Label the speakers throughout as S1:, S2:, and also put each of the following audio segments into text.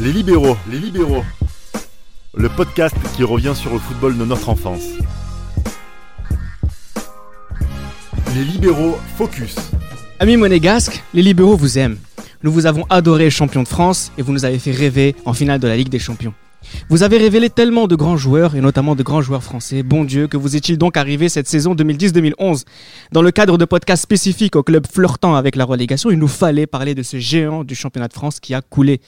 S1: Les libéraux, les libéraux. Le podcast qui revient sur le football de notre enfance. Les libéraux focus.
S2: Amis monégasques, les libéraux vous aiment. Nous vous avons adoré champion de France et vous nous avez fait rêver en finale de la Ligue des Champions. Vous avez révélé tellement de grands joueurs et notamment de grands joueurs français. Bon Dieu, que vous est-il donc arrivé cette saison 2010-2011 Dans le cadre de podcasts spécifiques au club flirtant avec la relégation, il nous fallait parler de ce géant du championnat de France qui a coulé.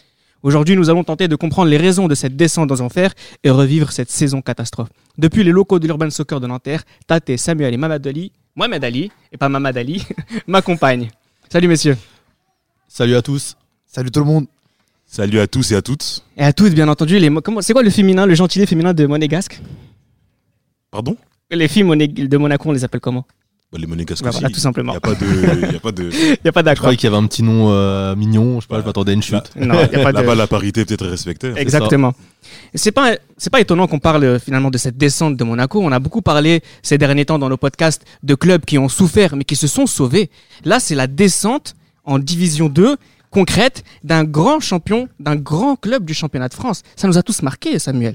S2: Aujourd'hui, nous allons tenter de comprendre les raisons de cette descente aux enfers et revivre cette saison catastrophe. Depuis les locaux de l'Urban Soccer de Nanterre, Tate, Samuel et Mamad Ali, Mohamed Ali, et pas Mamad Ali, m'accompagnent. Salut messieurs.
S3: Salut à tous.
S4: Salut tout le monde.
S5: Salut à tous et à toutes.
S2: Et à toutes, bien entendu. Les... mo- comment- C'est quoi le féminin, le gentilé féminin de monégasque
S5: Pardon
S2: Les filles moné- de Monaco, on les appelle comment
S5: Bah, Les monégasques
S2: Bah,
S5: aussi.
S2: voilà, tout
S5: Il
S2: simplement.
S5: n'y a pas de. y a pas de...
S2: Il n'y a pas
S3: Je
S2: d'accord.
S3: croyais qu'il y avait un petit nom euh, mignon, je sais pas, je m'attendais à une chute.
S2: Bah, Non, y a pas de-
S5: Là-bas, la parité peut-être est respectée.
S2: Exactement. C'est pas c'est pas étonnant qu'on parle euh, finalement de cette descente de Monaco. On a beaucoup parlé ces derniers temps dans nos podcasts de clubs qui ont souffert mais qui se sont sauvés. Là, c'est la descente en division 2 concrète d'un grand champion, d'un grand club du championnat de France. Ça nous a tous marqués, Samuel.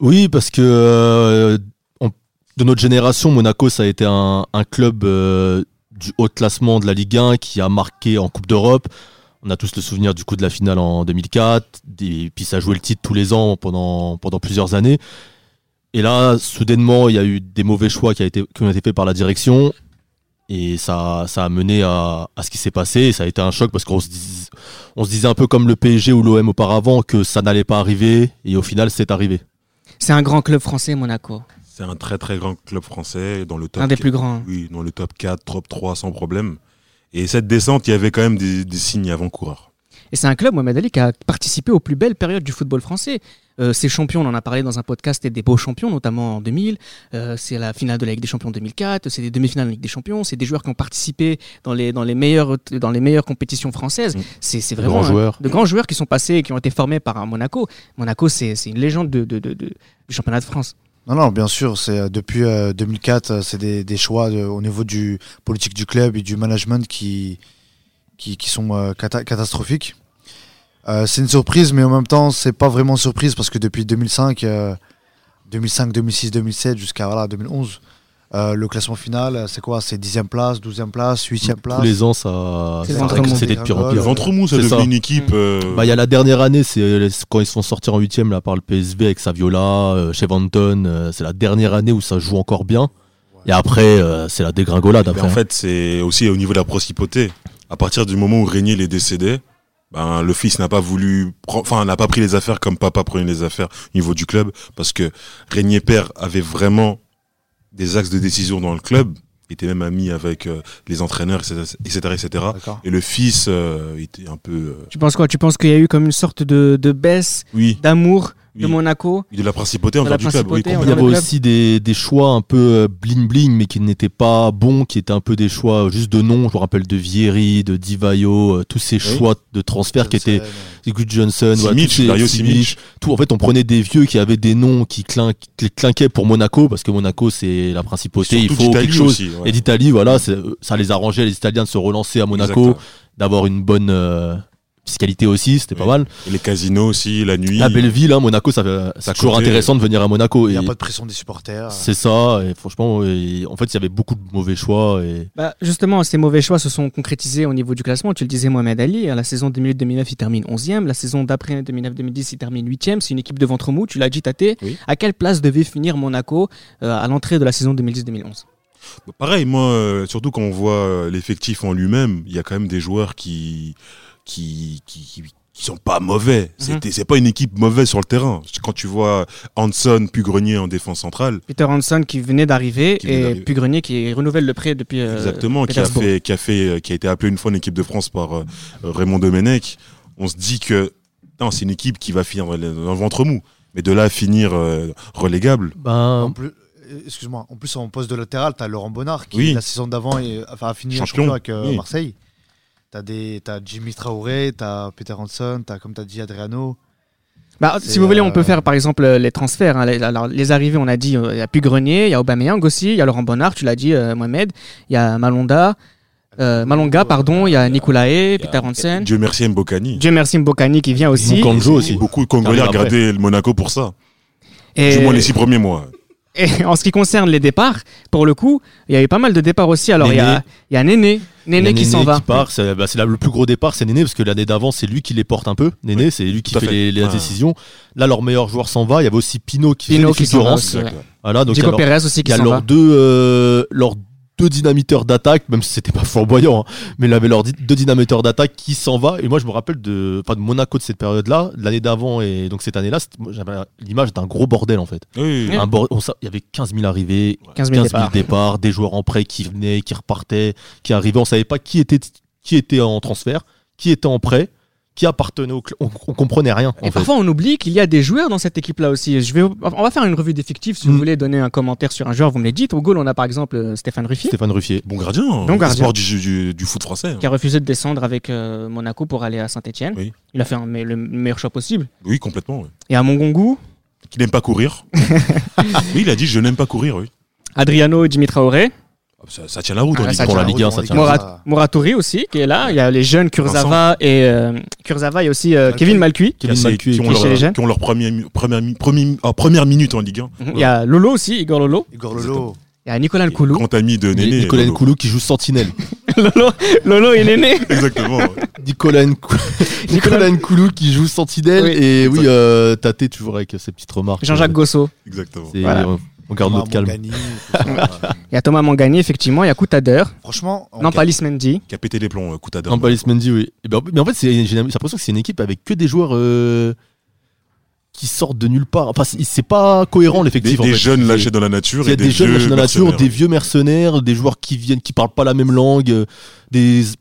S3: Oui, parce que euh, on- de notre génération, Monaco, ça a été un, un club euh, du haut de classement de la Ligue 1 qui a marqué en Coupe d'Europe. On a tous le souvenir du coup de la finale en 2004, et puis ça a joué le titre tous les ans pendant, pendant plusieurs années. Et là, soudainement, il y a eu des mauvais choix qui, a été, qui ont été faits par la direction. Et ça, ça a mené à, à ce qui s'est passé. Et ça a été un choc parce qu'on se, dis- on se disait un peu comme le PSG ou l'OM auparavant que ça n'allait pas arriver. Et au final, c'est arrivé.
S2: C'est un grand club français, Monaco.
S5: C'est un très très grand club français dans le top.
S2: Un des
S5: qui-
S2: plus grands.
S5: Oui, dans le top 4, top 3 sans problème. Et cette descente, il y avait quand même des, des signes avant-coureurs.
S2: Et c'est un club, Mohamed Ali, qui a participé aux plus belles périodes du football français. Euh, ces champions, on en a parlé dans un podcast, c'était des beaux champions, notamment en 2000. Euh, c'est la finale de la Ligue des Champions en 2004, c'est des demi-finales de la Ligue des Champions, c'est des joueurs qui ont participé dans les, dans les, meilleures, dans les meilleures compétitions françaises.
S5: Mm.
S2: C'est c'est vraiment
S3: grands
S2: un-
S3: joueurs.
S2: de grands joueurs qui sont passés et qui ont été formés par un Monaco. Monaco, c'est c'est une légende de, de- de- de- du championnat de France.
S4: Non, non, bien sûr, c'est euh, depuis euh, 2004, euh, c'est des, des choix de- au niveau du politique du club et du management qui, qui, qui sont euh, cata- catastrophiques. Euh, c'est une surprise, mais en même temps, c'est pas vraiment surprise parce que depuis 2005, euh, 2005, 2006, 2007 jusqu'à voilà, 2011, euh, le classement final, euh, c'est quoi C'est 10e place, 12e place, 8e place.
S3: Tous les ans, ça,
S2: C'est
S3: ça-
S2: ventre mou.
S3: c'était de pire en
S5: Le
S4: Ouais.
S3: pire. Bah,
S5: ventre mou, c'est
S3: C'est
S5: devenu
S3: ça.
S5: une équipe.
S2: Mm.
S5: euh,
S3: Il y a la dernière année, c'est les- quand ils se font sortir en huitième là par le PSV avec Saviola, euh, chez Vanton. euh, c'est la dernière année où ça joue encore bien. Et après, euh, c'est la dégringolade.
S5: mais
S3: Après, hein.
S5: en fait, c'est aussi au niveau de la principauté. À partir du moment où régnaient les décédés, ben, le fils n'a pas voulu, pre- enfin, n'a pas pris les affaires comme papa prenait les affaires au niveau du club, parce que Régnier père avait vraiment des axes de décision dans le club, était même ami avec euh, les entraîneurs, etc., etc., etc.
S4: D'accord.
S5: Et le fils euh, était un peu, euh,
S2: Tu penses quoi Tu penses qu'il y a eu comme une sorte de, de baisse
S5: oui,
S2: d'amour de
S5: Oui.
S2: Monaco
S5: de la principauté
S2: De la
S5: envers du club. Oui,
S2: principauté envers
S3: il y
S2: dans
S3: avait
S2: le club.
S3: aussi des, des choix un peu euh, bling bling, mais qui n'étaient pas bons, qui étaient un peu des choix euh, juste de nom. Je me rappelle de Vieri, de Divayo, euh, tous ces choix de transfert qui étaient Good Johnson, voilà,
S5: Simic,
S3: tous ces-
S5: Dario
S3: Simic,
S5: Simic.
S3: tout. En fait, on prenait des vieux qui avaient des noms qui, clin- qui clinquaient pour Monaco, parce que Monaco, c'est la principauté, il
S5: Surtout
S3: faut
S5: d'Italie
S3: quelque chose.
S5: aussi, ouais.
S3: Et d'Italie, voilà, c'est- ça les arrangeait, les Italiens, de se relancer à Monaco,
S5: Exactement.
S3: d'avoir une bonne euh, fiscalité aussi, c'était pas
S5: Oui.
S3: mal.
S5: Et les casinos aussi, la nuit.
S3: La belle ville, hein, Monaco, ça, fait- c'est
S5: Côté-
S3: toujours intéressant de venir à Monaco.
S4: Il n'y a
S3: et
S4: pas de pression des supporters. euh.
S3: C'est ça, et franchement, et en fait, il y avait beaucoup de mauvais choix. Et...
S2: Bah, justement, ces mauvais choix se sont concrétisés au niveau du classement. Tu le disais, Mohamed Ali, à la saison 2008-2009, il termine 11e. La saison d'après 2009-2010, il termine 8e. C'est une équipe de ventre mou. Tu l'as dit, Tate.
S5: Oui.
S2: À quelle place devait finir Monaco euh, à l'entrée de la saison 2010-2011
S5: Pareil, moi, euh, surtout quand on voit euh, l'effectif en lui-même, il y a quand même des joueurs qui qui qui, qui- qui sont pas mauvais. C'était c'est pas une équipe mauvaise sur le terrain. Quand tu vois Hanson puis Grenier en défense centrale,
S2: Peter Hanson qui venait d'arriver
S5: Qui venait
S2: et
S5: d'arriver.
S2: Pugrenier qui renouvelle le prêt depuis. euh,
S5: exactement, qui a
S2: Pétersbourg.
S5: fait qui a fait euh, qui a été appelé une fois en équipe de France par euh, Raymond Domenech, on se dit que putain, c'est une équipe qui va finir dans le dans le ventre mou. Mais de là à finir euh, relégable,
S4: En
S5: Hein.
S3: Ben,
S4: plus, euh, excuse-moi, en plus en poste de latéral, t'as Laurent Bonnard qui
S5: Oui.
S4: la saison d'avant est- enfin, a fini en
S5: Champion.
S4: champion avec euh,
S5: Oui.
S4: Marseille. T'as des, t'as Jimmy Traoré, t'as Peter Hanson, t'as comme t'as dit Adriano.
S2: Bah,
S4: C'est,
S2: si vous voulez, on
S4: euh,
S2: peut faire par exemple euh, les transferts. hein. Les, alors, les arrivées, on a dit, euh, il y a Pugrenier, il y a Aubameyang aussi, il y a Laurent Bonnard, tu l'as dit, euh, Mohamed, il y a Malonda, euh, Malonga, pardon, il y a Nicolae, Peter Hansen.
S5: Dieu merci Mbokani.
S2: Dieu merci Mbokani qui vient aussi.
S3: Kanjo aussi.
S5: Beaucoup de Congolais
S3: Ah, mais après.
S5: regardaient le Monaco pour ça.
S2: Et-
S5: Du moins les six premiers mois.
S2: Et en ce qui concerne les départs, pour le coup, il y a eu pas mal de départs aussi. Alors, il y a,
S3: Néné.
S2: il y a Néné, Néné,
S3: Néné
S2: qui s'en va.
S3: part, c'est bah, c'est la- le plus gros départ, c'est Néné, parce que l'année d'avant, c'est lui qui les porte un peu. Néné, c'est lui qui
S5: tout à
S3: fait,
S5: fait.
S3: les, les
S5: Ouais.
S3: décisions. Là, leur meilleur joueur s'en va. Il y avait aussi Pino qui
S2: Pino
S3: fait
S2: qui
S3: des
S2: s'en va
S3: fulgurances.
S2: aussi, ouais.
S3: Voilà, donc il y a
S2: Diego
S3: leur-
S2: Pérez aussi
S3: il
S2: qui
S3: y a
S2: s'en
S3: leurs
S2: va.
S3: deux, euh, leurs deux dynamiteurs d'attaque, même si c'était pas flamboyant, hein, mais il avait leurs di- deux dynamiteurs d'attaque qui s'en va. Et moi, je me rappelle de, enfin, de Monaco de cette période-là, de l'année d'avant et donc cette année-là, c'était- moi, j'avais l'image d'un gros bordel en fait.
S5: Oui, oui.
S3: Un bor- on sa- Il y avait 15 000 arrivées,
S2: 15
S3: 15
S2: 000
S3: 000,
S2: départs.
S3: départs. des joueurs en prêt qui venaient, qui repartaient, qui arrivaient. On savait pas qui était, qui était en transfert, qui était en prêt, qui appartenait au club. On, on comprenait rien en
S2: Et
S3: fait.
S2: parfois, on oublie qu'il y a des joueurs dans cette équipe-là aussi. Je vais, on va faire une revue des fictifs. Si vous
S3: Mm.
S2: voulez donner un commentaire sur un joueur, vous me le dites. Au goal, on a par exemple euh, Stéphane Ruffier
S3: Stéphane Ruffier.
S5: Bon gardien.
S2: Bon gardien.
S5: Espoir du, du, du foot français. hein.
S2: qui a refusé de descendre avec euh, Monaco pour aller à Saint-Etienne.
S5: Oui.
S2: Il a fait un- mais le meilleur choix possible.
S5: Oui, complètement. oui.
S2: Et à Mongongu,
S5: Qui n'aime pas courir. oui, il a dit je n'aime pas courir. Oui.
S2: Adriano et Jimmy Traoré.
S5: Ça, ça tient la route.
S2: Ah,
S5: on
S2: là,
S5: dit
S2: ça
S5: pour
S2: tient
S5: la
S2: la
S5: Ligue.
S3: Ligue un, ça tient.
S2: Morat- Moratori aussi qui est là. Il y a les jeunes Kurzawa et, euh, Kurzawa et aussi euh,
S4: Malcuit.
S2: Kevin Malcuit.
S5: Qui, a-
S3: Kevin Malcu et
S5: qui ont
S2: qui est chez les jeunes.
S5: leur, qui ont leur premier, mi- première, mi- premier- ah, première minute en Ligue 1.
S2: Mhm. Il y a Lolo aussi, Igor Lolo.
S4: Igor Lolo.
S2: Il y a Nicolas Nkoulou.
S5: Grand ami de Néné. et
S3: Nicolas
S5: Lolo.
S3: Nkoulou qui joue Sentinelle.
S2: Lolo, Lolo il est né.
S5: Exactement. ouais.
S3: Nicolas, Nkou- Nicolas Nkoulou qui joue Sentinelle
S2: Oui.
S3: et oui, euh, Tate toujours avec ses petites remarques. Euh,
S2: Jean-Jacques Gosso.
S5: Exactement.
S3: C'est-
S2: Voilà.
S3: on, on garde notre calme.
S4: Mangani, tout ça, ouais.
S2: Il y a Thomas Mangani, effectivement. Il y a Koutader.
S4: Franchement, on-
S2: Non, Palis Mendy.
S5: Qui a pété les plombs, euh, Koutador.
S3: Non, Palis Mendy, oui. Eh ben, mais en fait, c'est- j'ai l'impression que c'est une équipe avec que des joueurs euh, qui sortent de nulle part. Enfin, c'est c'est pas cohérent
S5: Des,
S3: l'effectif. en
S5: des
S3: fait.
S5: jeunes
S3: C'est-
S5: lâchés dans la nature.
S3: Il y a
S5: et
S3: des, jeunes
S5: vieux
S3: lâchés dans la nature,
S5: mercenaires.
S3: des vieux mercenaires, des joueurs qui viennent, qui parlent pas la même langue, euh, des. Je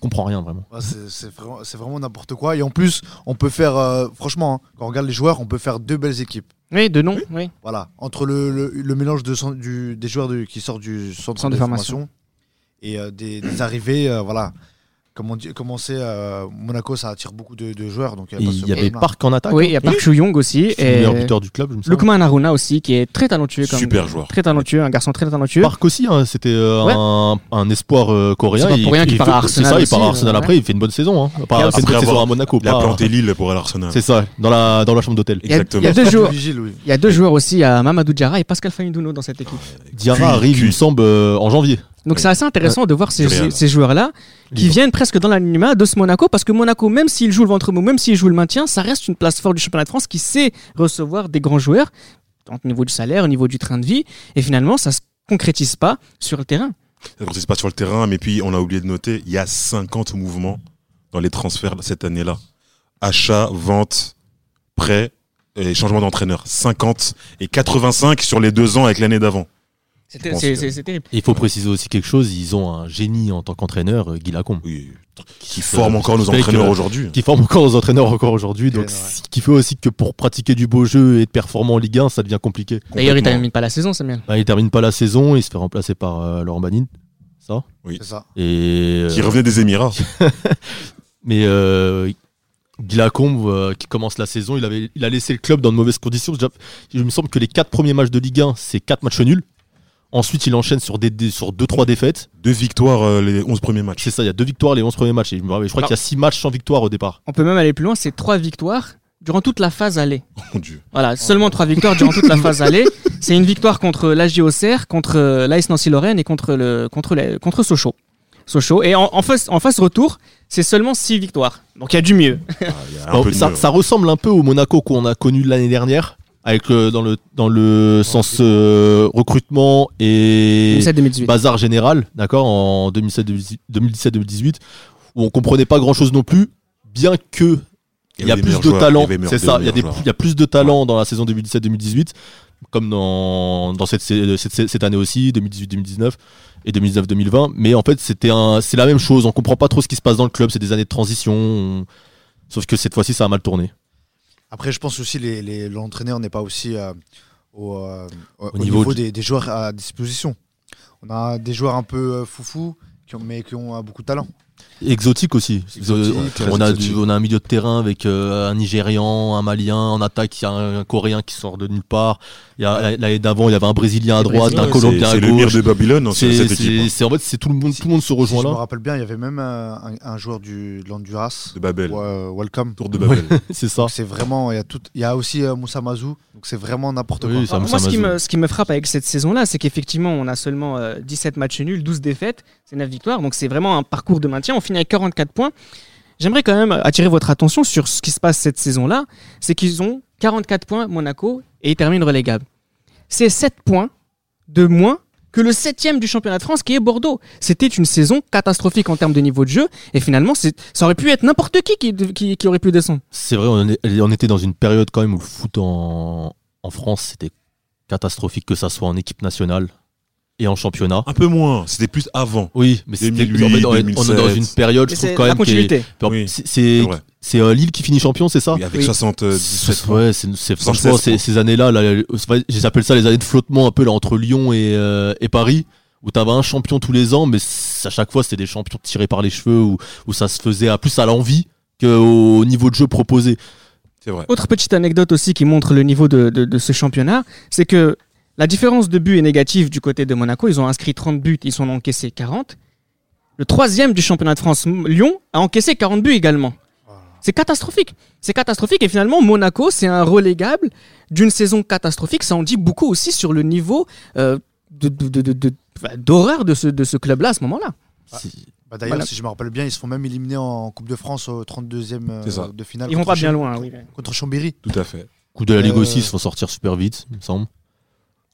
S3: comprends rien vraiment.
S4: ouais, c'est- c'est vraiment, c'est vraiment n'importe quoi. Et en plus, on peut faire, euh, franchement, hein, quand on regarde les joueurs, on peut faire deux belles équipes.
S2: Oui, de nom. Oui.
S4: Voilà, entre le, le- le mélange de, cent- du- des joueurs de- qui sortent du centre,
S2: Centre de
S4: de formation, et euh, des, des arrivées, euh, voilà. Comme on, dit, comme on sait, euh, Monaco, ça attire beaucoup de, de joueurs. Donc, euh,
S3: Et il y avait
S4: pas
S3: Park en attaque.
S2: Oui, il y a Park Chou-Young aussi.
S3: C'est le
S2: Et
S3: meilleur buteur du club, je me souviens.
S2: Lukman Aruna aussi, qui est très talentueux. Comme
S5: Super joueur.
S2: Très talentueux, un garçon très talentueux.
S3: Park aussi, hein, c'était euh,
S2: Ouais.
S3: un, un espoir euh, coréen.
S2: C'est pas pour rien qu'il part à
S3: fait-
S2: Arsenal
S3: C'est ça, il
S2: aussi,
S3: part à
S2: euh,
S3: Arsenal
S2: ouais.
S3: après, il fait une bonne saison. Hein. Pas-
S2: Il y a
S3: il hein. fait une
S5: aussi-
S3: bonne saison
S5: avoir-
S3: à Monaco.
S5: Il a
S3: pas-
S5: planté Lille pour aller à l'Arsenal.
S3: C'est ça, dans la, dans la chambre d'hôtel.
S2: Il y a- il y
S5: Exactement.
S2: a deux joueurs.
S4: Vigile, oui.
S2: Il y a deux joueurs aussi, il y a Mamadou Diarra et Pascal Fahindouno dans cette équipe.
S3: Diarra
S5: Cuit,
S3: arrive,
S5: cuit.
S3: il me semble, euh, en janvier.
S2: Donc
S5: Ouais.
S2: c'est assez intéressant de voir ces,
S5: Du Real.
S2: ces joueurs-là qui
S3: Libre.
S2: viennent presque dans l'anonymat de ce Monaco parce que Monaco, même s'il joue le ventre mou, même s'il joue le maintien, ça reste une place forte du championnat de France qui sait recevoir des grands joueurs tant au niveau du salaire, au niveau du train de vie et finalement ça se concrétise pas sur le terrain.
S5: Ça ne se pas sur le terrain, mais puis on a oublié de noter, il y a 50 mouvements dans les transferts de cette année-là. Achat, vente, prêt et changement d'entraîneur. 50 et 85 sur les deux ans avec l'année d'avant.
S2: C'est
S5: Je pense
S2: c'est-
S5: que-
S2: c'est- c'est terrible.
S3: Il faut préciser aussi quelque chose, ils ont un génie en tant qu'entraîneur, euh, Guy Lacombe.
S5: Oui, qui
S3: Qui fait-
S5: forme encore nos
S3: qui fait que-
S5: entraîneurs aujourd'hui. hein.
S3: Qui forme encore nos entraîneurs encore aujourd'hui, donc
S4: Ouais, ouais.
S3: ce qui fait aussi que pour pratiquer du beau jeu et être performant en Ligue 1, ça devient compliqué.
S2: D'ailleurs, il
S5: Complètement.
S2: termine pas la saison, Samuel.
S3: Bah, il termine pas la saison, il se fait remplacer par euh, Laurent Banine, ça.
S4: C'est ça.
S3: Et euh,
S5: Qui revenait des Émirats.
S3: mais euh, Guy Lacombe euh, qui commence la saison, il avait, il a laissé le club dans de mauvaises conditions. Déjà, il me semble que les quatre premiers matchs de Ligue 1, c'est quatre matchs nuls. Ensuite, il enchaîne sur des, des- sur deux trois défaites.
S5: Deux victoires euh, les 11 premiers matchs.
S3: C'est ça, il y a deux victoires les 11 premiers matchs. Et je, me rappelle, je crois
S2: Ah.
S3: qu'il y a 6 matchs sans victoire au départ.
S2: On peut même aller plus loin, c'est trois victoires durant toute la phase aller.
S5: Mon Dieu.
S2: Voilà, seulement trois victoires durant toute la phase aller. C'est une victoire contre l'AG Auxerre, contre euh, l'AS Nancy-Lorraine et contre, le, contre, le- contre Sochaux. Sochaux. Et en, en face, en face retour, c'est seulement six victoires. Donc il y a du mieux.
S5: Ah, il y a un
S3: Alors,
S5: peu de
S3: ça,
S5: mieux.
S3: ça ressemble un peu au Monaco qu'on a connu l'année dernière, avec le- dans, le, dans le sens euh, recrutement et
S2: 2017-2018.
S3: bazar général, d'accord, en 2017-2018, où on comprenait pas grand chose non plus, bien que il y a
S5: des
S3: plus
S5: meilleurs
S3: de
S5: joueurs,
S3: talent,
S5: il y avait
S3: c'est
S5: meilleurs-
S3: ça,
S5: des
S3: il y, a des-
S5: meilleurs joueurs.
S3: il y a plus de talent dans la saison 2017-2018, comme dans, dans cette, cette, cette- cette année aussi, 2018-2019 et 2019-2020, mais en fait c'était un, c'est la même chose, on comprend pas trop ce qui se passe dans le club, c'est des années de transition, on- sauf que cette fois-ci ça a mal tourné.
S4: Après, je pense aussi les, les- l'entraîneur n'est pas aussi euh, au, euh, au- au niveau,
S3: niveau
S4: des, des joueurs à disposition. On a des joueurs un peu euh, foufou, qui ont, mais qui ont euh, beaucoup de talent.
S3: Exotique aussi.
S4: Exotique,
S3: Euh,
S4: très
S3: on, a
S4: exotique.
S3: du- on a un milieu de terrain avec euh, un Nigérian, un Malien, en attaque, il y a un, un Coréen qui sort de nulle part. Il y a- L'année d'avant, il y avait un Brésilien à droite,
S5: Ouais,
S3: un
S5: c'est-
S3: Colombien à
S5: C'est le mire
S3: gauche.
S5: de Babylone, hein,
S3: C'est-
S5: c'est cette équipe.
S3: C'est
S5: hein,
S3: c'est- en fait c'est tout le monde, tout le monde se
S4: Si
S3: rejoint
S4: je me
S3: là.
S4: rappelle bien, il y avait même euh, un, un joueur du, de l'Honduras,
S5: De Babel.
S4: Wa- euh, Welcome.
S5: Tour de Babel.
S3: C'est ça.
S4: Donc Oh, C'est vraiment, il y a tout, il y a aussi euh, Moussa Mazou, donc c'est vraiment n'importe
S3: Oui,
S4: quoi.
S3: ça me-
S2: Alors, moi,
S3: ça
S2: ce qui,
S3: m'a-
S2: me, ce qui me frappe avec cette saison-là, c'est qu'effectivement, on a seulement euh, 17 matchs nuls, 12 défaites, c'est 9 victoires. Donc, c'est vraiment un parcours de maintien. On finit avec 44 points. J'aimerais quand même attirer votre attention sur ce qui se passe cette saison-là. C'est qu'ils ont 44 points, Monaco, et ils terminent relégables. C'est 7 points de moins que le 7 du championnat de France, qui est Bordeaux. C'était une saison catastrophique en termes de niveau de jeu. Et finalement, c'est- ça aurait pu être n'importe qui qui, qui qui aurait pu descendre.
S3: C'est vrai, on, est- on était dans une période quand même où le foot en, en France c'était catastrophique, que ça soit en équipe nationale et en championnat.
S5: Un peu moins. C'était plus avant.
S3: Oui, mais c'était
S5: 2008,
S3: en fait, on est- on est dans
S5: 2007.
S3: une période, je
S2: Mais
S3: trouve
S2: c'est
S3: quand
S2: la
S3: même. qui est-
S2: continuité.
S5: Oui.
S3: C'est c'est-
S5: Ouais.
S3: c'est, euh, Lille qui finit champion, c'est ça
S5: Oui, avec
S2: Oui.
S5: 77
S3: C'est- ouais, c'est, c'est- franchement,
S5: 76,
S3: ces,
S5: quoi.
S3: ces années-là, là, euh, c'est vrai, j'appelle ça les années de flottement un peu là, entre Lyon et, euh, et Paris, où t'avais un champion tous les ans, mais c'est- à chaque fois, c'était des champions tirés par les cheveux, où, où ça se faisait à plus à l'envie qu'au niveau de jeu proposé.
S5: C'est vrai.
S2: Autre petite anecdote aussi qui montre le niveau de, de- de ce championnat, c'est que la différence de but est négative du côté de Monaco. Ils ont inscrit 30 buts, ils en ont encaissé 40. Le troisième du championnat de France, M- Lyon, a encaissé 40 buts également. C'est catastrophique. C'est catastrophique. Et finalement, Monaco, c'est un relégable d'une saison catastrophique. Ça en dit beaucoup aussi sur le niveau euh, de- de- de- de- de- enfin, d'horreur de ce, de ce club-là à ce moment-là.
S3: C'est-
S4: Bah, D'ailleurs,
S2: Voilà.
S4: si je me rappelle bien, ils se font même éliminer en Coupe de France au 32e euh,
S5: C'est ça.
S4: de finale.
S2: Ils vont
S4: contre
S2: pas bien
S4: Cham-
S2: loin. oui.
S4: Contre Chambéry,
S5: Tout à fait.
S3: Coup de la Ligue
S4: Euh,
S3: aussi, ils se font sortir super vite, il me semble.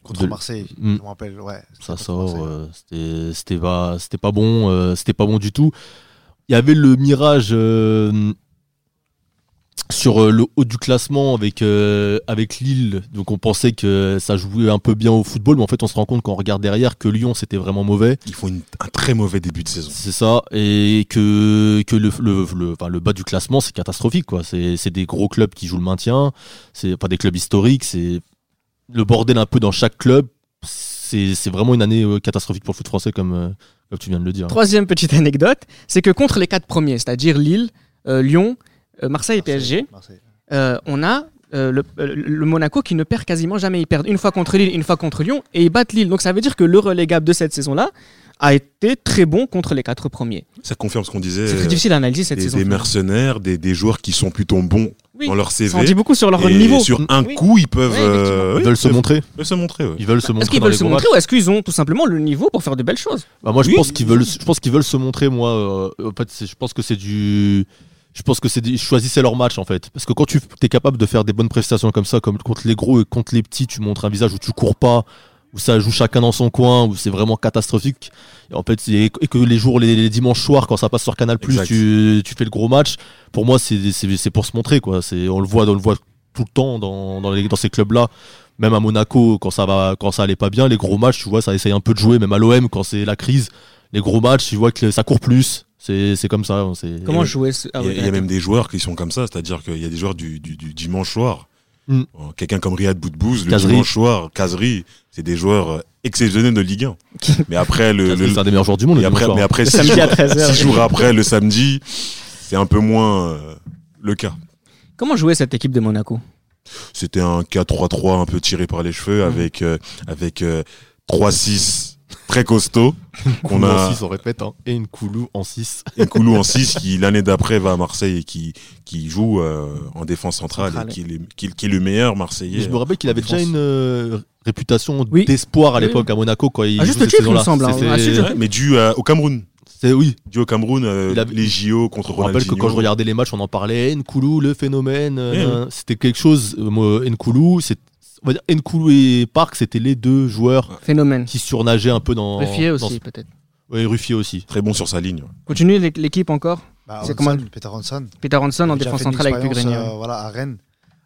S4: contre
S3: De-
S4: Marseille,
S3: Mm.
S4: je me rappelle, ouais. c'était
S3: ça
S4: contre
S3: sort,
S4: Marseille.
S3: euh, c'était c'était pas, c'était pas bon, euh, c'était pas bon du tout. Il y avait le mirage euh, sur euh, le haut du classement avec euh, avec Lille, donc on pensait que ça jouait un peu bien au football, mais en fait on se rend compte quand on regarde derrière que Lyon c'était vraiment mauvais,
S5: Ils font une- un très mauvais début de saison.
S3: c'est ça, et que que le le, le- enfin, le bas du classement c'est catastrophique quoi, c'est c'est des gros clubs qui jouent le maintien, c'est pas des clubs historiques, c'est le bordel un peu dans chaque club. C'est c'est vraiment une année euh, catastrophique pour le foot français, comme, euh, comme tu viens de le dire.
S2: Troisième petite anecdote, c'est que contre les quatre premiers, c'est-à-dire Lille, euh, Lyon, euh, Marseille et PSG,
S4: Marseille.
S2: euh, on a euh, le, euh, le Monaco qui ne perd quasiment jamais. Ils perdent une fois contre Lille, une fois contre Lyon, et ils battent Lille. Donc ça veut dire que le relégable de cette saison-là a été très bon contre les quatre premiers.
S5: Ça confirme ce qu'on disait.
S2: C'est
S5: euh,
S2: très difficile à analyser cette
S5: des,
S2: saison.
S5: des mercenaires, des, des joueurs qui sont plutôt bons
S2: Oui,
S5: dans leur
S2: ça en dit
S5: CV.
S2: beaucoup sur leur
S5: et
S2: niveau.
S5: sur un
S2: Oui.
S5: coup, ils peuvent,
S2: Ouais,
S5: euh,
S3: Ils
S5: oui,
S3: veulent se
S5: peuvent-
S3: montrer.
S5: peuvent se montrer. ouais.
S3: Ils veulent se
S2: Est-ce
S3: montrer
S2: qu'ils
S3: dans
S2: veulent
S3: les
S2: se
S3: gros
S2: montrer
S3: matchs.
S2: ou est-ce qu'ils ont tout simplement le niveau pour faire de belles choses
S3: Bah, moi, je
S5: Oui.
S3: pense qu'ils veulent, je pense qu'ils veulent se montrer. Moi, euh, en fait, c'est- je pense que c'est du, je pense que c'est, du- ils choisissaient leur match en fait. Parce que quand tu es capable de faire des bonnes prestations comme ça, comme contre les gros et contre les petits, tu montres un visage où tu cours pas, où ça joue chacun dans son coin, où c'est vraiment catastrophique. Et en fait, c'est- et que les jours, les, les dimanches soirs, quand ça passe sur Canal
S5: Exact.
S3: tu, tu fais le gros match. Pour moi, c'est, c'est, c'est pour se montrer quoi. C'est, on le voit, on le voit tout le temps dans, dans, les- dans ces clubs-là. Même à Monaco, quand ça va, quand ça allait pas bien, les gros matchs, tu vois, ça essaye un peu de jouer. Même à l'OM, quand c'est la crise, les gros matchs, tu vois que ça court plus. C'est, c'est comme ça. hein, C'est,
S2: Comment
S5: ouais.
S2: jouer ce... ah
S5: Il y a-
S2: ouais,
S5: il y, a même des joueurs qui sont comme ça, c'est-à-dire qu'il y a des joueurs du, du- du dimanche soir.
S2: Hmm.
S3: Mm.
S5: Euh, Quelqu'un comme Riyad Boudbouz, le
S3: Kazri.
S5: dimanche soir, Kazri, c'est des joueurs euh, exceptionnels de Ligue 1. mais après, le, le-
S3: c'est un des meilleurs joueurs du monde.
S5: et
S3: le
S5: après,
S3: dimanche
S5: mais
S3: soir.
S5: après
S2: Le
S5: six,
S2: samedi à
S5: jours-
S2: 13h.
S5: six jours après, le samedi, c'est un peu moins euh, le cas.
S2: Comment jouer cette équipe de Monaco
S5: C'était un 4-3-3 un peu tiré par les
S2: Hmm.
S5: cheveux avec, euh, avec euh, 3-6 très costaud qu'on
S3: Koulou
S5: a,
S3: en 6, on répète, hein, et une Koulou en 6.
S5: et Koulou en 6 qui l'année d'après va à Marseille et qui, qui joue euh, en défense centrale,
S2: Centrale.
S5: et qui, est, le- qui- qui est le meilleur Marseillais.
S3: Je me rappelle qu'il avait déjà
S5: France.
S3: une euh, réputation
S2: Oui.
S3: d'espoir à
S2: Oui.
S3: l'époque à Monaco quand il
S2: Ah, juste
S3: joue cette
S2: le titre, il me
S3: saison-là.
S2: semble, hein.
S3: C'est-
S2: Ah, si, je-
S5: euh, Ouais, mais dû à- au Cameroun.
S3: c'est- oui.
S5: Dû au Cameroun, euh,
S3: Il avait-
S5: les JO
S3: Je
S5: contre
S3: me rappelle que
S5: Ronaldinho.
S3: quand je regardais les matchs, on en parlait. Nkoulou, le phénomène, euh,
S5: Eh oui.
S3: nan, c'était quelque chose. euh, moi, Nkoulou, c'est- on va dire Nkoulou et Park, c'était les deux joueurs
S2: Phénomène.
S3: qui surnageaient un peu dans.
S2: Ruffier
S3: dans
S2: aussi
S3: ce-
S2: peut-être.
S3: Ouais, Ruffier aussi.
S5: Très bon sur sa ligne.
S2: Continue l'é- l'équipe encore.
S4: Bah,
S2: C'est
S4: Hansen,
S2: comment-
S4: Peter Hansen.
S2: Peter Hanson en
S4: J'ai déjà
S2: défense
S4: fait une
S2: centrale avec
S4: expérience,
S2: Pugrenier.
S4: euh, voilà, à Rennes,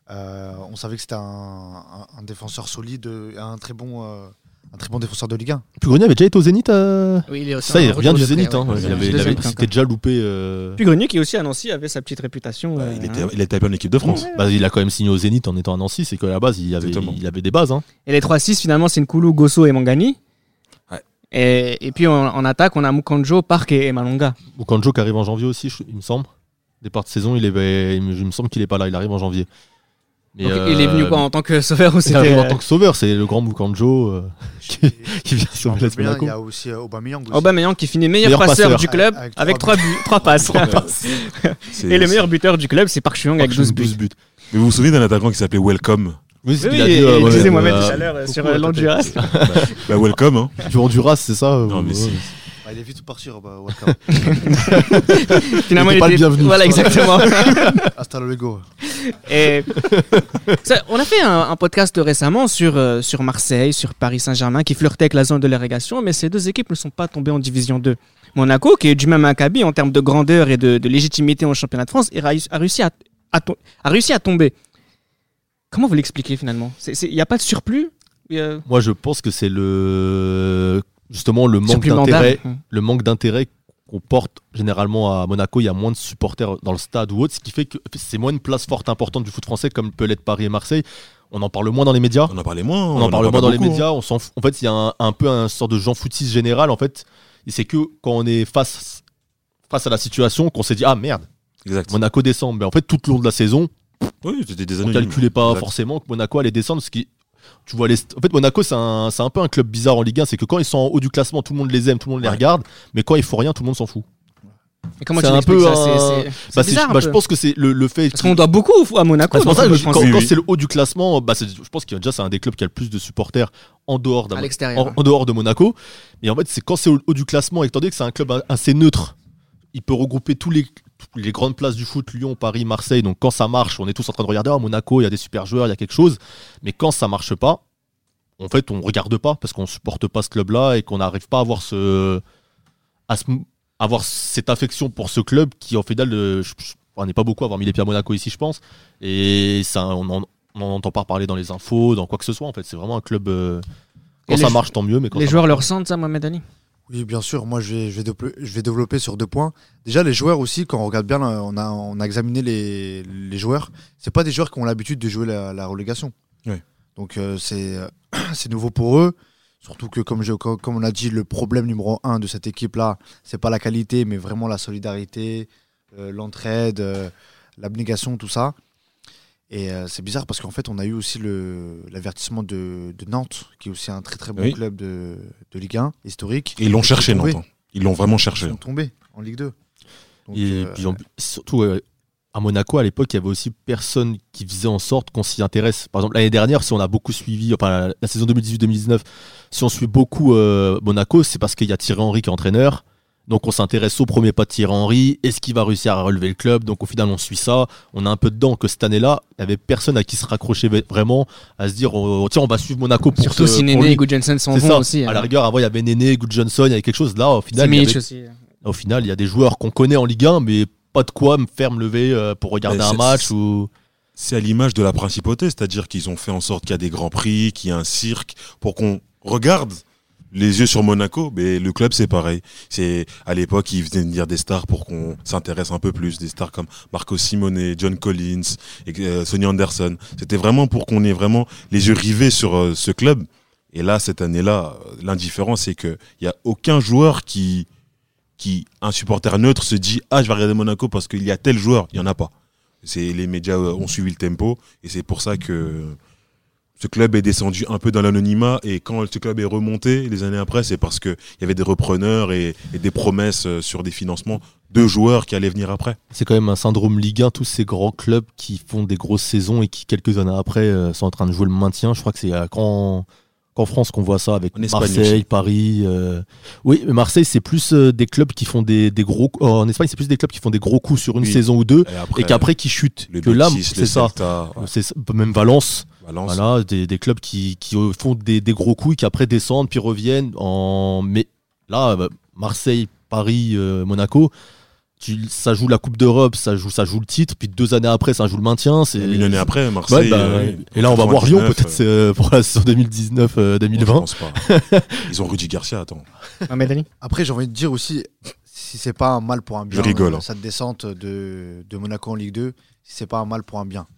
S4: Euh, on savait que c'était un, un- un défenseur solide, euh, un très bon, euh, un très bon défenseur de Ligue 1.
S3: Pugrenier avait déjà été au Zénith euh,
S2: Oui, il est aussi
S3: Ça,
S2: un
S3: il
S2: retour
S3: revient
S2: de
S3: du
S2: prêt,
S3: Zénith.
S2: ouais.
S3: hein.
S2: Ouais,
S3: Il
S2: revient
S3: avait-
S2: du
S3: il avait-
S2: Zénith, encore.
S3: C'était déjà loupé. euh,
S2: Puis Grenier qui aussi à Nancy avait sa petite réputation.
S5: Bah,
S2: euh,
S5: il, était,
S2: hein.
S5: il a tapé en équipe de France.
S3: bah, il a quand même signé au Zénith en étant à Nancy, c'est qu'à la base, il avait,
S5: Exactement.
S3: il avait des bases. hein.
S2: Et les 3-6 finalement c'est Nkoulou, Gosso et Mangani.
S5: Ouais.
S2: Et, et puis en, en attaque, on a Mukanjo, Park et, et Malonga.
S3: Okanjo qui arrive en janvier aussi, je- il me semble. Départ de saison, il, est, il me il me semble qu'il est pas là, il arrive en janvier. Mais,
S2: Donc,
S3: euh,
S2: il est venu quoi en tant que sauveur ou
S3: il
S2: c'était euh,
S3: arrive en tant que sauveur, c'est le grand Mukanjo euh, qui, qui vient sauver la
S4: Bien, Il
S3: Monaco.
S4: y a aussi euh, Aubameyang. aussi.
S2: Aubameyang qui finit meilleur,
S3: Meilleur
S2: passeur,
S3: passeur.
S2: du club
S4: Avec- avec
S2: avec
S4: trois
S2: 3 buts, 3 passes.
S5: C'est-
S2: Et le meilleur buteur du club, c'est Park Chuyong avec
S3: Park Chung,
S2: 12 buts.
S3: buts.
S5: Mais vous vous souvenez d'un attaquant qui s'appelait Welcome
S3: Oui, c'est
S2: Oui,
S3: qu'il a
S2: et-
S3: dit, euh,
S2: et
S3: ouais,
S2: disait Mohamed
S3: euh,
S2: tout à l'heure euh, sur
S3: beaucoup
S2: euh,
S3: à ta tête.
S2: l'Honduras.
S5: Bah, Welcome, hein.
S3: Du Honduras, c'est ça euh,
S5: Non, mais
S3: ouais.
S5: si.
S4: Ah, il est vite parti, Aubameyang. Welcome.
S2: Finalement,
S3: Il était pas le bienvenu.
S2: Voilà, exactement.
S4: Hasta luego.
S2: Et ça, on a fait un, un podcast récemment sur, euh, sur Marseille, sur Paris Saint-Germain, qui flirtait avec la zone de l'érégation, mais ces deux équipes ne sont pas tombées en division 2. Monaco, qui est du même acabit en termes de grandeur et de, de légitimité en championnat de France, et ra- a, réussi à, à to- a réussi à tomber. Comment vous l'expliquez finalement Il n'y a pas de surplus Euh,
S3: Moi, je pense que c'est le justement le manque
S2: surplus Hein. mental.
S3: d'intérêt, le manque d'intérêt qu'on porte généralement à Monaco. Il y a moins de supporters dans le stade ou autre, ce qui fait que c'est moins une place forte importante du foot français comme peut l'être Paris et Marseille. On en parle moins dans les médias.
S5: On en parlait moins.
S3: on en parle hein. moins
S5: pas
S3: dans les
S5: beaucoup,
S3: médias. On s'en fout. En fait, il y a un, un peu un sort de Jean Foutis général. En fait, et c'est que quand on est face face à la situation qu'on s'est dit ah merde
S5: hein. Exact.
S3: Monaco descend. Mais en fait, tout le long de la saison,
S5: Oui, c'était des
S3: on
S5: anonymes.
S3: calculait pas
S5: Exact.
S3: forcément que Monaco allait descendre parce que tu vois les st- en fait Monaco c'est un, c'est un peu un club bizarre en Ligue 1 c'est que quand ils sont en haut du classement tout le monde les aime tout le monde les
S5: Ouais.
S3: regarde mais quand ils font rien tout le monde s'en fout
S2: Et comment
S3: C'est
S2: tu
S3: un
S2: l'expliques
S3: peu
S2: ça C'est-
S3: un-
S2: c'est-
S3: Bah,
S2: C'est
S3: c'est-
S2: bizarre un
S3: bah, je
S2: peu.
S3: pense que c'est le, le fait
S2: Parce qu'on doit beaucoup au- à Monaco.
S3: Bah, c'est pour
S2: dans
S3: ça
S2: le
S3: que
S2: football
S3: quand,
S2: français.
S3: quand c'est le haut du classement bah, c'est- je pense qu'il y a déjà c'est un des clubs qui a le plus de supporters en dehors d'un
S2: à l'extérieur.
S3: en, en dehors de Monaco. Mais en fait, c'est quand c'est au haut du classement, étant donné que c'est un club a- assez neutre, il peut regrouper tous les, toutes les grandes places du foot, Lyon, Paris, Marseille. Donc quand ça marche, on est tous en train de regarder, Ah, Monaco, il y a des super joueurs, il y a quelque chose. Mais quand ça marche pas, en fait, on regarde pas parce qu'on supporte pas ce club-là et qu'on n'arrive pas à avoir ce. à se mou- avoir cette affection pour ce club qui, en final, euh, je- je- on n'est pas beaucoup à avoir mis les pieds à Monaco ici, je pense. Et ça, on en. on en entend pas parler dans les infos, dans quoi que ce soit en fait. C'est vraiment un club. euh,
S2: Et
S3: quand
S2: les
S3: ça
S2: jou-
S3: marche, tant mieux. Mais quand
S2: Les
S3: ça
S2: joueurs leur sentent ça, Mohamed Ali
S4: Oui, bien sûr. Moi, je vais, je vais, dévelop- je vais développer sur deux points. Déjà, les joueurs aussi, quand on regarde bien, là, on a, on a examiné les, les joueurs. C'est pas des joueurs qui ont l'habitude de jouer la, la relégation.
S5: Ouais.
S4: Donc, euh, c'est euh, c'est nouveau pour eux. Surtout que, comme, je, co- comme on a dit, le problème numéro un de cette équipe-là, c'est pas la qualité, mais vraiment la solidarité, euh, l'entraide, euh, l'abnégation, tout ça. Et euh, c'est bizarre parce qu'en fait, on a eu aussi le- l'avertissement de, de Nantes, qui est aussi un très très bon
S5: Oui.
S4: club de, de Ligue 1 historique.
S5: Et ils l'ont cherché,
S4: Oui.
S5: Nantes. hein. Ils l'ont vraiment cherché.
S4: Ils sont tombés en Ligue 2. Donc,
S3: Et
S4: euh,
S3: puis en- surtout euh, à Monaco à l'époque, il y avait aussi personne qui faisait en sorte qu'on s'y intéresse. Par exemple, l'année dernière, si on a beaucoup suivi, enfin la, la saison 2018-2019, si on suit beaucoup euh, Monaco, c'est parce qu'il y a Thierry Henry qui est entraîneur. Donc on s'intéresse au premier pas de Thierry Henry, est-ce qu'il va réussir à relever le club Donc au final on suit ça, on est un peu dedans que cette année-là, il n'y avait personne à qui se raccrocher v- vraiment, à se dire oh, tiens on va suivre Monaco pour
S2: Surtout
S3: ce-
S2: si
S3: pour
S2: Néné
S3: lui.
S2: et Good Jensen s'en
S3: C'est
S2: vont
S3: ça,
S2: aussi.
S3: à
S2: hein.
S3: la rigueur avant il y avait Néné, Good Johnson, il y avait quelque chose là, au final il y
S2: Simic
S3: avait
S2: aussi.
S3: Au final, il y a des joueurs qu'on connaît en Ligue 1, mais pas de quoi me faire me lever euh, pour regarder
S5: Mais
S3: un
S5: c'est-
S3: match
S5: c'est-
S3: ou.
S5: C'est à l'image de la principauté, c'est-à-dire qu'ils ont fait en sorte qu'il y a des grands prix, qu'il y a un cirque, pour qu'on regarde les yeux sur Monaco. Mais le club, c'est pareil. C'est à l'époque, ils venaient venir des stars pour qu'on s'intéresse un peu plus, des stars comme Marco Simone, John Collins, et, euh, Sonny Anderson. C'était vraiment pour qu'on ait vraiment les yeux rivés sur euh, ce club. Et là, cette année-là, euh, l'indifférence, c'est qu'il n'y a aucun joueur qui, qui, un supporter neutre, se dit Ah, je vais regarder Monaco parce qu'il y a tel joueur. Il n'y en a pas. C'est les médias euh, ont suivi le tempo et c'est pour ça que ce club est descendu un peu dans l'anonymat et quand ce club est remonté les années après, c'est parce que il y avait des repreneurs et, et des promesses euh, sur des financements de joueurs qui allaient venir après.
S3: C'est quand même un syndrome Ligue 1, tous ces grands clubs qui font des grosses saisons et qui, quelques années après, euh, sont en train de jouer le maintien. Je crois que c'est euh, qu'en qu'en France qu'on voit ça avec
S5: En Espagne
S3: Marseille,
S5: aussi.
S3: Paris. euh. Oui, mais Marseille, c'est plus euh, des clubs qui font des, des gros. oh, en Espagne, c'est plus des clubs qui font des gros coups sur une
S5: Oui.
S3: saison ou deux
S5: Et, après,
S3: et qu'après qui chutent.
S5: le
S3: que là,
S5: Betis, le
S3: c'est ça.
S5: Celta, ouais,
S3: C'est ça. Même Valence.
S5: Valence.
S3: Voilà, des, des clubs qui, qui euh, font des, des gros coups et qui après descendent puis reviennent en mais là euh, Marseille, Paris, euh, Monaco, tu- ça joue la Coupe d'Europe, ça joue ça joue le titre, puis deux années après ça joue le maintien, c'est
S5: Une année après,
S3: Ouais,
S5: Marseille.
S3: bah,
S5: euh,
S3: et là on va voir Lyon
S5: 99,
S3: peut-être euh, pour la saison 2019 euh,
S5: euh,
S3: 2020.
S5: je pense pas. Ils ont Rudy Garcia, attends.
S2: Mohamed Ali.
S4: Après, j'ai envie de dire aussi, si c'est pas un mal pour un bien, euh,
S5: rigole, hein.
S4: cette descente de, de Monaco en Ligue 2, si c'est pas un mal pour un bien.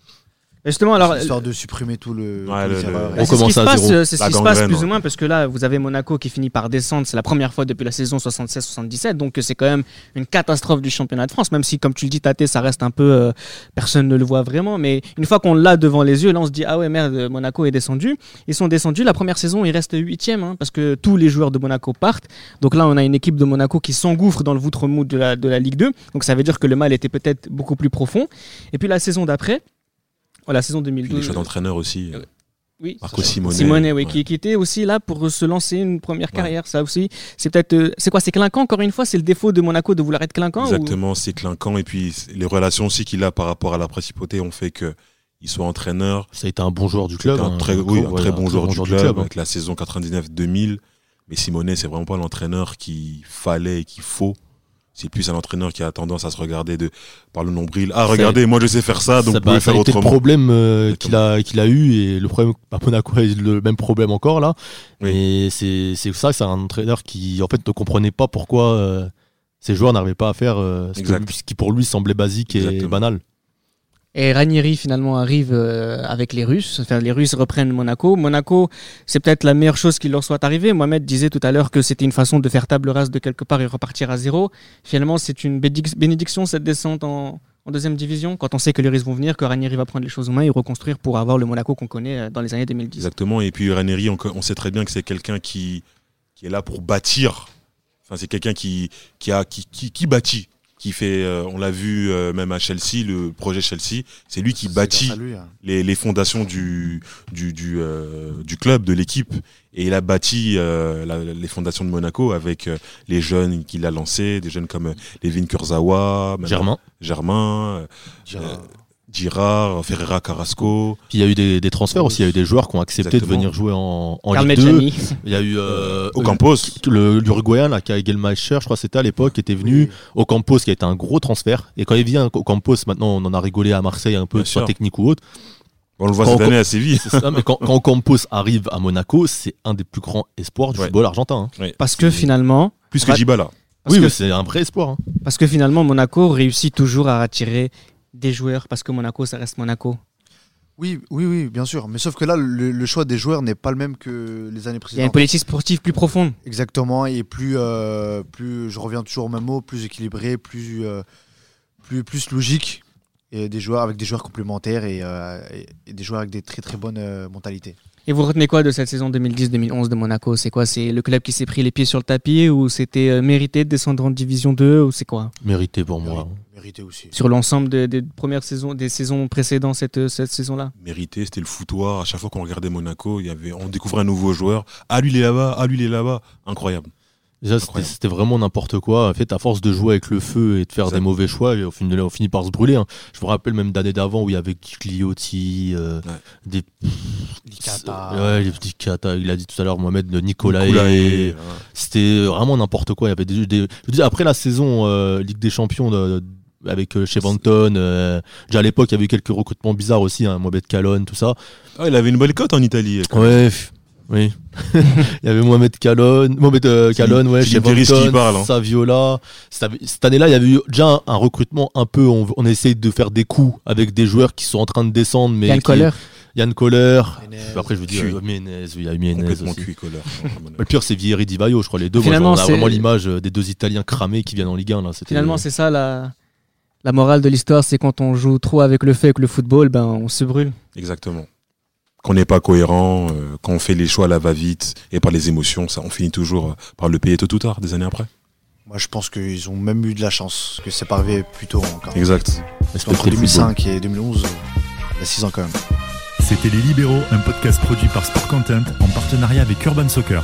S2: Et Justement, alors, euh,
S4: histoire de supprimer tout le.
S5: Ouais,
S4: tous les
S5: le- le-
S4: erreurs.
S2: c'est ce qui
S3: commence
S2: se
S3: à
S2: passe,
S3: zéro.
S2: euh, c'est ce
S5: La
S2: qui se passe
S5: gangrène, hein.
S2: plus ou
S5: ouais.
S2: moins parce que là, vous avez Monaco qui finit par descendre. C'est la première fois depuis la saison 76-77, donc euh, c'est quand même une catastrophe du championnat de France. Même si, comme tu le dis, Tate, ça reste un peu, euh, personne ne le voit vraiment. Mais une fois qu'on l'a devant les yeux, là, on se dit ah ouais merde, euh, Monaco est descendu. Ils sont descendus. La première saison, ils restent huitième hein, parce que tous les joueurs de Monaco partent. Donc là, on a une équipe de Monaco qui s'engouffre dans le voûtre mou de la, de la Ligue 2. Donc ça veut dire que le mal était peut-être beaucoup plus profond. Et puis la saison d'après, oh, la saison
S5: Puis les
S2: 2012.
S5: choix d'entraîneur aussi. euh,
S2: Ouais. Oui,
S5: Marco Simone.
S2: Simonet, oui, qui, qui était aussi là pour se lancer une première carrière. Ça aussi, c'est peut-être. euh, c'est quoi C'est clinquant, encore une fois C'est le défaut de Monaco de vouloir être clinquant ou-
S5: Exactement, c'est clinquant. Et puis c- les relations aussi qu'il a par rapport à la principauté ont fait que il soit entraîneur.
S3: Ça a été un bon joueur du club.
S5: C'était un
S3: hein,
S5: très,
S3: Monaco,
S5: oui, un
S3: voilà,
S5: très bon joueur du club,
S3: hein.
S5: avec la saison 99-2000. Mais Simonet, c'est vraiment pas l'entraîneur qu'il fallait et qu'il faut. C'est plus un entraîneur qui a tendance à se regarder de, par le nombril. Ah, regardez, moi je sais faire ça, donc
S3: ça,
S5: vous pouvez
S3: bah, ça
S5: faire
S3: a été le
S5: autrement.
S3: problème euh, qu'il a, qu'il a eu et le problème à Monaco a eu le même problème encore là.
S5: Oui.
S3: Et c'est c'est ça, c'est un entraîneur qui en fait ne comprenait pas pourquoi euh, ses joueurs n'arrivaient pas à faire euh, ce, que
S5: Exact.
S3: lui- ce qui pour lui semblait basique et
S5: Exactement.
S3: banal.
S2: Et Ranieri finalement arrive euh, avec les Russes. Enfin, les Russes reprennent Monaco. Monaco, c'est peut-être la meilleure chose qui leur soit arrivée. Mohamed disait tout à l'heure que c'était une façon de faire table rase de quelque part et repartir à zéro. Finalement, c'est une bédic- bénédiction cette descente en, en deuxième division. Quand on sait que les Russes vont venir, que Ranieri va prendre les choses en main et reconstruire pour avoir le Monaco qu'on connaît euh, dans les années 2010.
S5: Exactement. Et puis Ranieri, on, co- on sait très bien que c'est quelqu'un qui, qui est là pour bâtir. Enfin, c'est quelqu'un qui, qui, a, qui, qui, qui bâtit. Qui fait, euh, on l'a vu euh, même à Chelsea, le projet Chelsea, c'est lui qui
S4: C'est
S5: bâtit
S4: grâce à lui, hein.
S5: les, les fondations du, du, du, euh, du club, de l'équipe. Et il a bâti euh, la- les fondations de Monaco avec euh, les jeunes qu'il a lancés, des jeunes comme euh, Levin Kurzawa, maintenant
S3: Germain.
S5: Germain, euh,
S4: Dira-
S5: Girard, Ferreira Carrasco.
S3: Puis il y a eu des, des transferts aussi, il y a eu des joueurs qui ont accepté
S5: Exactement.
S3: de venir jouer en, en
S2: Carl
S3: Ligue 2.
S2: Medjani.
S3: Il y a eu euh,
S5: Ocampos,
S3: le- l'Uruguayen, là, qui a Gelmacher, je crois que c'était à l'époque, qui était venu.
S4: Oui.
S3: Ocampos qui a été un gros transfert. Et quand il vient, Ocampos, maintenant on en a rigolé à Marseille un peu,
S5: Bien
S3: soit
S5: sûr.
S3: technique ou autre.
S5: on le voit
S3: Quand-
S5: cette année à Séville.
S3: C'est ça, mais quand, quand Ocampos arrive à Monaco, c'est un des plus grands espoirs du
S5: Ouais.
S3: football argentin. hein.
S2: Parce que finalement,
S5: Plus que Dybala.
S2: Parce
S3: oui,
S2: que-
S3: oui, c'est un vrai espoir. hein.
S2: parce que finalement, Monaco réussit toujours à attirer des joueurs parce que Monaco, ça reste Monaco.
S4: Oui, oui, oui, bien sûr. Mais sauf que là, le, le choix des joueurs n'est pas le même que
S2: Il y
S4: les années
S2: a une
S4: précédentes.
S2: politique sportive plus profonde.
S4: Exactement, et plus, euh, plus, je reviens toujours au même mot, plus équilibré, plus, euh, plus, plus logique, et des joueurs avec des joueurs complémentaires et, euh, et- et des joueurs avec des très très bonnes euh, mentalités.
S2: Et vous retenez quoi de cette saison 2010-2011 de Monaco C'est quoi C'est le club qui s'est pris les pieds sur le tapis ou c'était euh, mérité de descendre en Division 2 ou c'est quoi
S3: Mérité pour moi.
S4: Mérité. Mérité aussi.
S2: Sur l'ensemble des, des premières saisons, des saisons précédentes cette, euh, cette saison-là
S5: mérité, c'était le foutoir. À chaque fois qu'on regardait Monaco, il y avait, on découvrait un nouveau joueur. Ah, lui, il est là-bas. Ah, lui, il est là-bas. Incroyable.
S3: Déjà, c'était-
S5: Incroyable.
S3: c'était vraiment n'importe quoi. En fait, à force de jouer avec le feu et de faire
S5: Exact.
S3: des mauvais choix, et on, finit, on finit par se brûler. hein. Je vous rappelle même d'années d'avant où il y avait Gliotti, euh,
S5: Ouais.
S3: des
S4: Licata.
S3: Ouais, les petits Kata, il a dit tout à l'heure, Mohamed de Nicolas.
S5: Koulaé, hein.
S3: C'était vraiment n'importe quoi. Il y avait des, des- je vous dis, après la saison euh, Ligue des Champions de- de- avec euh, chez Banton, euh, déjà à l'époque, il y avait eu quelques recrutements bizarres aussi, hein, Mohamed Kalon, tout ça.
S5: Ah, il avait une belle cote en Italie.
S3: Ouais, f- oui. il y avait Mohamed Kalon, Mohamed euh,
S5: C'est
S3: Kalon, ouais,
S5: c'est
S3: chez
S5: l'Interis qui
S3: Banton,
S5: parle, hein.
S3: Saviola. Cette cette année-là, il y avait eu déjà un, un recrutement un peu. On, on essaye de faire des coups avec des joueurs qui sont en train de descendre, mais
S2: Yann
S3: qui-
S2: Koller
S3: Yann Koller.
S4: Ménez.
S3: Après, je vous dis,
S5: Cui.
S3: euh, Ménez, oui, il y a eu Ménez
S5: Complètement
S3: aussi.
S5: cuit, Koller.
S3: Le pire, c'est Vieri Di Vaio, je crois. Les deux,
S2: Finalement,
S3: Moi, je- on
S2: c'est-
S3: a vraiment l'image euh, des deux Italiens cramés qui viennent en Ligue 1. Là. C'était- euh,
S2: Finalement, c'est ça la, la morale de l'histoire c'est quand on joue trop avec le fait que le football, ben, on se brûle.
S5: Exactement. Qu'on n'est pas cohérent, euh, quand on fait les choix à la va-vite et par les émotions, ça, on finit toujours euh, par le payer tôt ou tard, des années après.
S4: Moi je pense qu'ils ont même eu de la chance que c'est pas arrivé plus tôt encore.
S5: Exact.
S3: Parce que
S4: Entre
S3: c'est le football.
S4: 2005 et 2011, euh, il y a 6 ans quand même.
S6: C'était Les Libéraux, un podcast produit par Sport Content en partenariat avec Urban Soccer.